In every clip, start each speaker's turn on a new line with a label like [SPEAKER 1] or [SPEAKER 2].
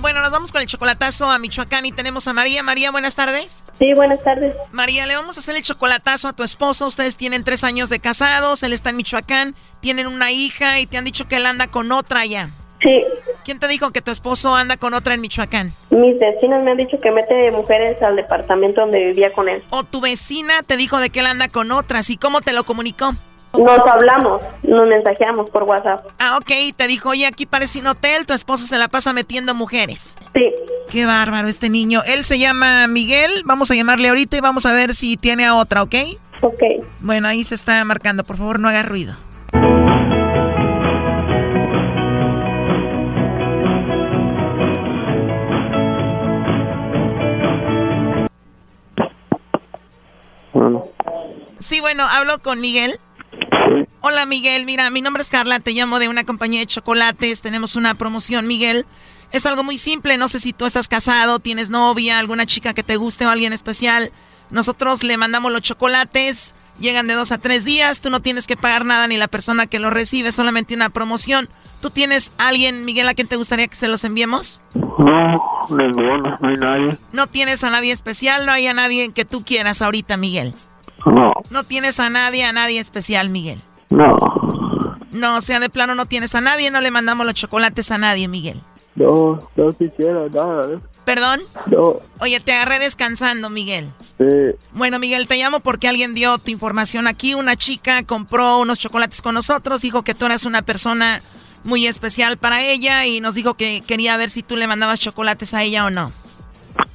[SPEAKER 1] Bueno, nos vamos con el chocolatazo a Michoacán y tenemos a María. María, buenas tardes.
[SPEAKER 2] Sí, buenas tardes.
[SPEAKER 1] María, le vamos a hacer el chocolatazo a tu esposo. Ustedes tienen tres años de casados, él está en Michoacán, tienen una hija y te han dicho que él anda con otra ya.
[SPEAKER 2] Sí.
[SPEAKER 1] ¿Quién te dijo que tu esposo anda con otra en Michoacán?
[SPEAKER 2] Mis vecinas me han dicho que mete mujeres al departamento donde vivía con él.
[SPEAKER 1] ¿O tu vecina te dijo de que él anda con otras y cómo te lo comunicó?
[SPEAKER 2] Nos hablamos, nos mensajeamos por WhatsApp.
[SPEAKER 1] Ah, ok, te dijo, oye, aquí parece un hotel, tu esposo se la pasa metiendo mujeres.
[SPEAKER 2] Sí.
[SPEAKER 1] Qué bárbaro este niño. Él se llama Miguel, vamos a llamarle ahorita y vamos a ver si tiene a otra, ¿ok?
[SPEAKER 2] Ok.
[SPEAKER 1] Bueno, ahí se está marcando, por favor no haga ruido.
[SPEAKER 3] Bueno.
[SPEAKER 1] Sí, bueno, hablo con Miguel. Hola Miguel, mira, mi nombre es Carla, te llamo de una compañía de chocolates, tenemos una promoción Miguel. Es algo muy simple, no sé si tú estás casado, tienes novia, alguna chica que te guste o alguien especial. Nosotros le mandamos los chocolates, llegan de dos a tres días, tú no tienes que pagar nada ni la persona que lo recibe, solamente una promoción. ¿Tú tienes alguien, Miguel, a quien te gustaría que se los enviemos?
[SPEAKER 3] No, ninguno, no hay nadie.
[SPEAKER 1] No tienes a nadie especial, no hay a nadie que tú quieras ahorita, Miguel.
[SPEAKER 3] No,
[SPEAKER 1] No tienes a nadie, a nadie especial, Miguel.
[SPEAKER 3] no,
[SPEAKER 1] No, o sea, de plano no tienes a nadie, no le mandamos los chocolates a nadie, Miguel.
[SPEAKER 3] no, no quisiera nada. ¿eh?
[SPEAKER 1] Perdón.
[SPEAKER 3] No, eh.
[SPEAKER 1] Oye, te agarré descansando, Miguel.
[SPEAKER 3] sí,
[SPEAKER 1] Bueno, Miguel, te llamo porque alguien dio tu información aquí. Una chica compró unos chocolates con nosotros, dijo que tú eras una persona muy especial para ella y nos dijo que quería ver si tú le mandabas chocolates a ella o no.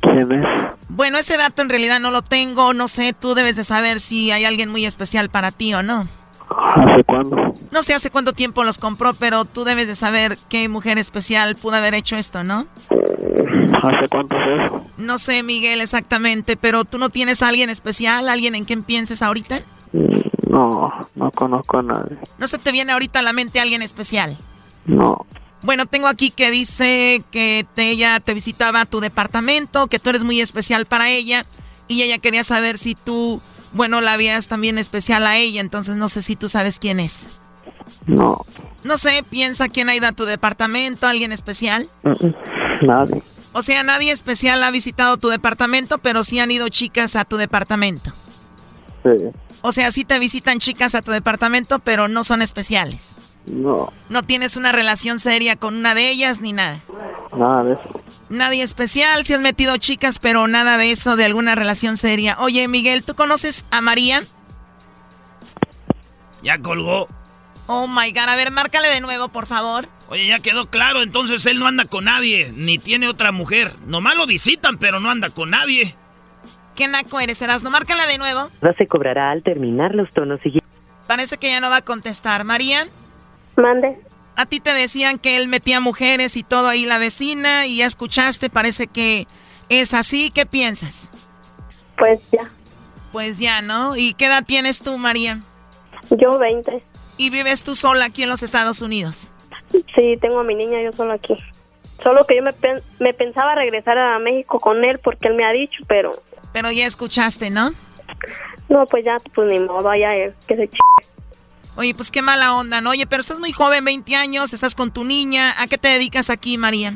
[SPEAKER 3] ¿quién es?
[SPEAKER 1] Bueno, ese dato en realidad no lo tengo, no sé, tú debes de saber si hay alguien muy especial para ti o no.
[SPEAKER 3] ¿Hace cuándo?
[SPEAKER 1] No sé hace cuánto tiempo los compró, pero tú debes de saber qué mujer especial pudo haber hecho esto, ¿no?
[SPEAKER 3] ¿Hace cuánto es eso?
[SPEAKER 1] No sé, Miguel, exactamente, pero tú no tienes a alguien especial, alguien en quien pienses ahorita.
[SPEAKER 3] Mm, No, no conozco a nadie.
[SPEAKER 1] No se te viene ahorita a la mente alguien especial.
[SPEAKER 3] No,
[SPEAKER 1] Bueno, tengo aquí que dice que te- ella te visitaba a tu departamento, que tú eres muy especial para ella y ella quería saber si tú, bueno, la habías también especial a ella, entonces no sé si tú sabes quién es.
[SPEAKER 3] no,
[SPEAKER 1] No sé, piensa quién ha ido a tu departamento, alguien especial.
[SPEAKER 3] mm, mm, nadie.
[SPEAKER 1] O sea, nadie especial ha visitado tu departamento, pero sí han ido chicas a tu departamento.
[SPEAKER 3] Sí,
[SPEAKER 1] O sea, sí te visitan chicas a tu departamento, pero no son especiales.
[SPEAKER 3] no,
[SPEAKER 1] No tienes una relación seria con una de ellas ni nada.
[SPEAKER 3] nada de eso.
[SPEAKER 1] Nadie especial, si has metido chicas, pero nada de eso, de alguna relación seria. Oye, Miguel, ¿tú conoces a María?
[SPEAKER 4] Ya colgó.
[SPEAKER 1] Oh my god, a ver, márcale de nuevo, por favor.
[SPEAKER 4] Oye, ya quedó claro, entonces él no anda con nadie, ni tiene otra mujer. Nomás lo visitan, pero no anda con nadie.
[SPEAKER 1] ¿Qué naco eres, Erasno? Márcala de nuevo.
[SPEAKER 5] se cobrará al terminar los tonos siguientes.
[SPEAKER 1] Parece que ya no va a contestar. María,
[SPEAKER 2] Mande.
[SPEAKER 1] a ti te decían que él metía mujeres y todo ahí la vecina, y ya escuchaste, parece que es así. ¿Qué piensas?
[SPEAKER 2] Pues ya.
[SPEAKER 1] Pues ya, ¿no? ¿Y qué edad tienes tú, María?
[SPEAKER 2] Yo 20.
[SPEAKER 1] ¿Y vives tú sola aquí en los Estados Unidos?
[SPEAKER 2] Sí, tengo a mi niña yo solo aquí. Solo que yo me, pen- me pensaba regresar a México con él porque él me ha dicho, pero
[SPEAKER 1] Pero ya escuchaste, ¿no?
[SPEAKER 2] no, pues ya, pues ni modo, allá él, que se ch...
[SPEAKER 1] Oye, pues qué mala onda, ¿no? Oye, pero estás muy joven, 20 años, estás con tu niña. ¿A qué te dedicas aquí, María?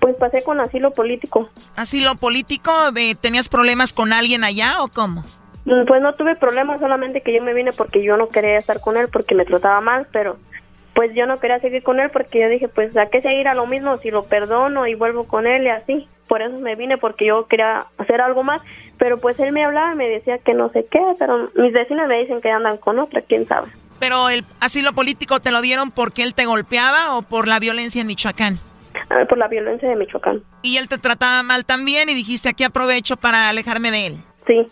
[SPEAKER 2] Pues pasé con asilo político.
[SPEAKER 1] ¿Asilo político? Eh, ¿Tenías problemas con alguien allá o cómo?
[SPEAKER 2] Mm, Pues no tuve problema, solamente que yo me vine porque yo no quería estar con él porque me trataba mal, pero pues yo no quería seguir con él porque yo dije, pues a qué seguir a lo mismo si lo perdono y vuelvo con él y así. Por eso me vine porque yo quería hacer algo más, pero pues él me hablaba y me decía que no sé qué, pero mis vecinos me dicen que andan con otra, quién sabe.
[SPEAKER 1] Pero el asilo político te lo dieron porque él te golpeaba o por la violencia en Michoacán.
[SPEAKER 2] Ah, Por la violencia de Michoacán.
[SPEAKER 1] Y él te trataba mal también y dijiste aquí aprovecho para alejarme de él.
[SPEAKER 2] Sí,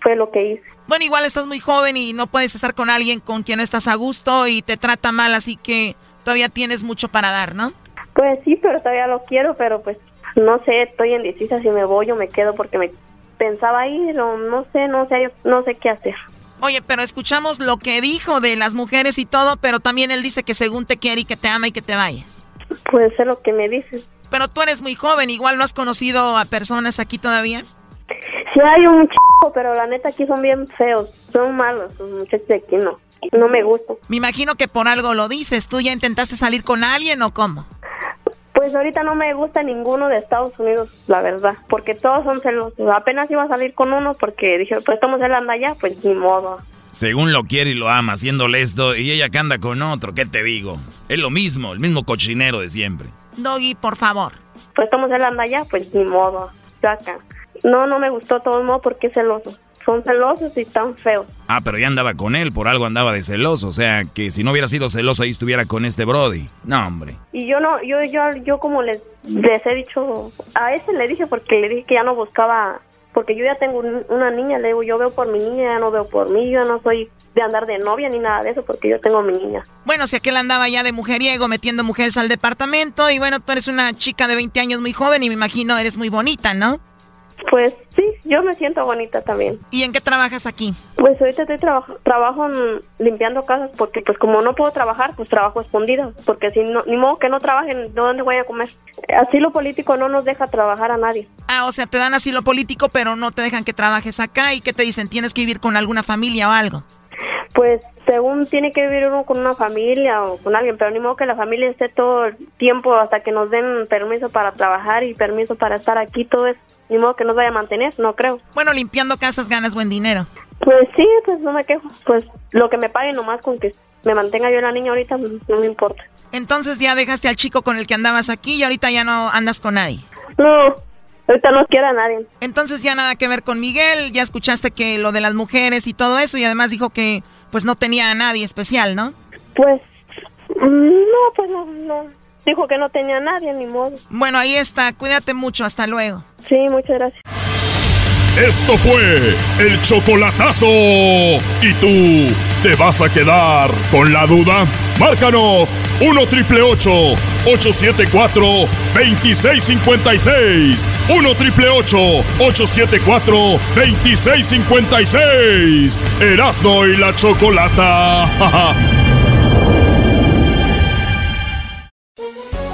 [SPEAKER 2] fue lo que hice.
[SPEAKER 1] Bueno, igual estás muy joven y no puedes estar con alguien con quien no estás a gusto y te trata mal, así que todavía tienes mucho para dar, ¿no?
[SPEAKER 2] Pues sí, pero todavía lo quiero, pero pues no sé, estoy indecisa si me voy o me quedo porque me pensaba ir o no sé, no sé, no sé qué hacer.
[SPEAKER 1] Oye, pero escuchamos lo que dijo de las mujeres y todo, pero también él dice que según te quiere y que te ama y que te vayas.
[SPEAKER 2] Pues es lo que me dicen.
[SPEAKER 1] Pero tú eres muy joven, igual no has conocido a personas aquí todavía.
[SPEAKER 2] Sí hay un chico, pero la neta aquí son bien feos, son malos, los muchachos de aquí no, no me gustan.
[SPEAKER 1] Me imagino que por algo lo dices. ¿Tú ya intentaste salir con alguien o cómo?
[SPEAKER 2] Pues ahorita no me gusta ninguno de Estados Unidos, la verdad, porque todos son celosos. Apenas iba a salir con uno porque dije, pues estamos él anda allá, pues ni modo.
[SPEAKER 4] Según lo quiere y lo ama, haciéndole esto, y ella que anda con otro, ¿qué te digo? Es lo mismo, el mismo cochinero de siempre.
[SPEAKER 1] Doggy, por favor.
[SPEAKER 2] Pues estamos él anda allá, pues ni modo. Yo acá. No, no me gustó de todos modos porque es celoso. Son celosos y tan feos.
[SPEAKER 4] Ah, pero ya andaba con él, por algo andaba de celoso, o sea, que si no hubiera sido celoso ahí estuviera con este Brody. No, hombre.
[SPEAKER 2] Y yo no, yo, yo, yo como les, les he dicho, a ese le dije porque le dije que ya no buscaba, porque yo ya tengo un- una niña, le digo, yo veo por mi niña, ya no veo por mí, yo no soy de andar de novia ni nada de eso porque yo tengo mi niña.
[SPEAKER 1] Bueno, si aquel andaba ya de mujeriego metiendo mujeres al departamento y bueno, tú eres una chica de 20 años muy joven y me imagino eres muy bonita, ¿no?
[SPEAKER 2] Pues sí, yo me siento bonita también.
[SPEAKER 1] ¿Y en qué trabajas aquí?
[SPEAKER 2] Pues ahorita estoy traba- trabajo en- limpiando casas porque pues como no puedo trabajar, pues trabajo escondida, porque si no, ni modo que no trabajen, ¿de dónde voy a comer? Así lo político no nos deja trabajar a nadie.
[SPEAKER 1] Ah, o sea, te dan asilo político, pero no te dejan que trabajes acá y que te dicen tienes que vivir con alguna familia o algo.
[SPEAKER 2] Pues según tiene que vivir uno con una familia o con alguien, pero ni modo que la familia esté todo el tiempo hasta que nos den permiso para trabajar y permiso para estar aquí, todo eso. Ni modo que nos vaya a mantener, no creo.
[SPEAKER 1] Bueno, limpiando casas ganas buen dinero.
[SPEAKER 2] Pues sí, pues no me quejo. Pues lo que me paguen nomás con que me mantenga yo la niña ahorita pues, no me importa.
[SPEAKER 1] Entonces ya dejaste al chico con el que andabas aquí y ahorita ya no andas con nadie.
[SPEAKER 2] No, ahorita no quiero a nadie.
[SPEAKER 1] Entonces ya nada que ver con Miguel, ya escuchaste que lo de las mujeres y todo eso y además dijo que pues no tenía a nadie especial, ¿no?
[SPEAKER 2] Pues mm, no, pues no, no. Dijo que no tenía a nadie, ni modo.
[SPEAKER 1] Bueno, ahí está, cuídate mucho, hasta luego.
[SPEAKER 2] Sí, muchas gracias.
[SPEAKER 6] Esto fue el chocolatazo. ¿Y tú te vas a quedar con la duda? Márcanos 1 triple 874 2656. 1 triple 874 2656. Erasno y la chocolata.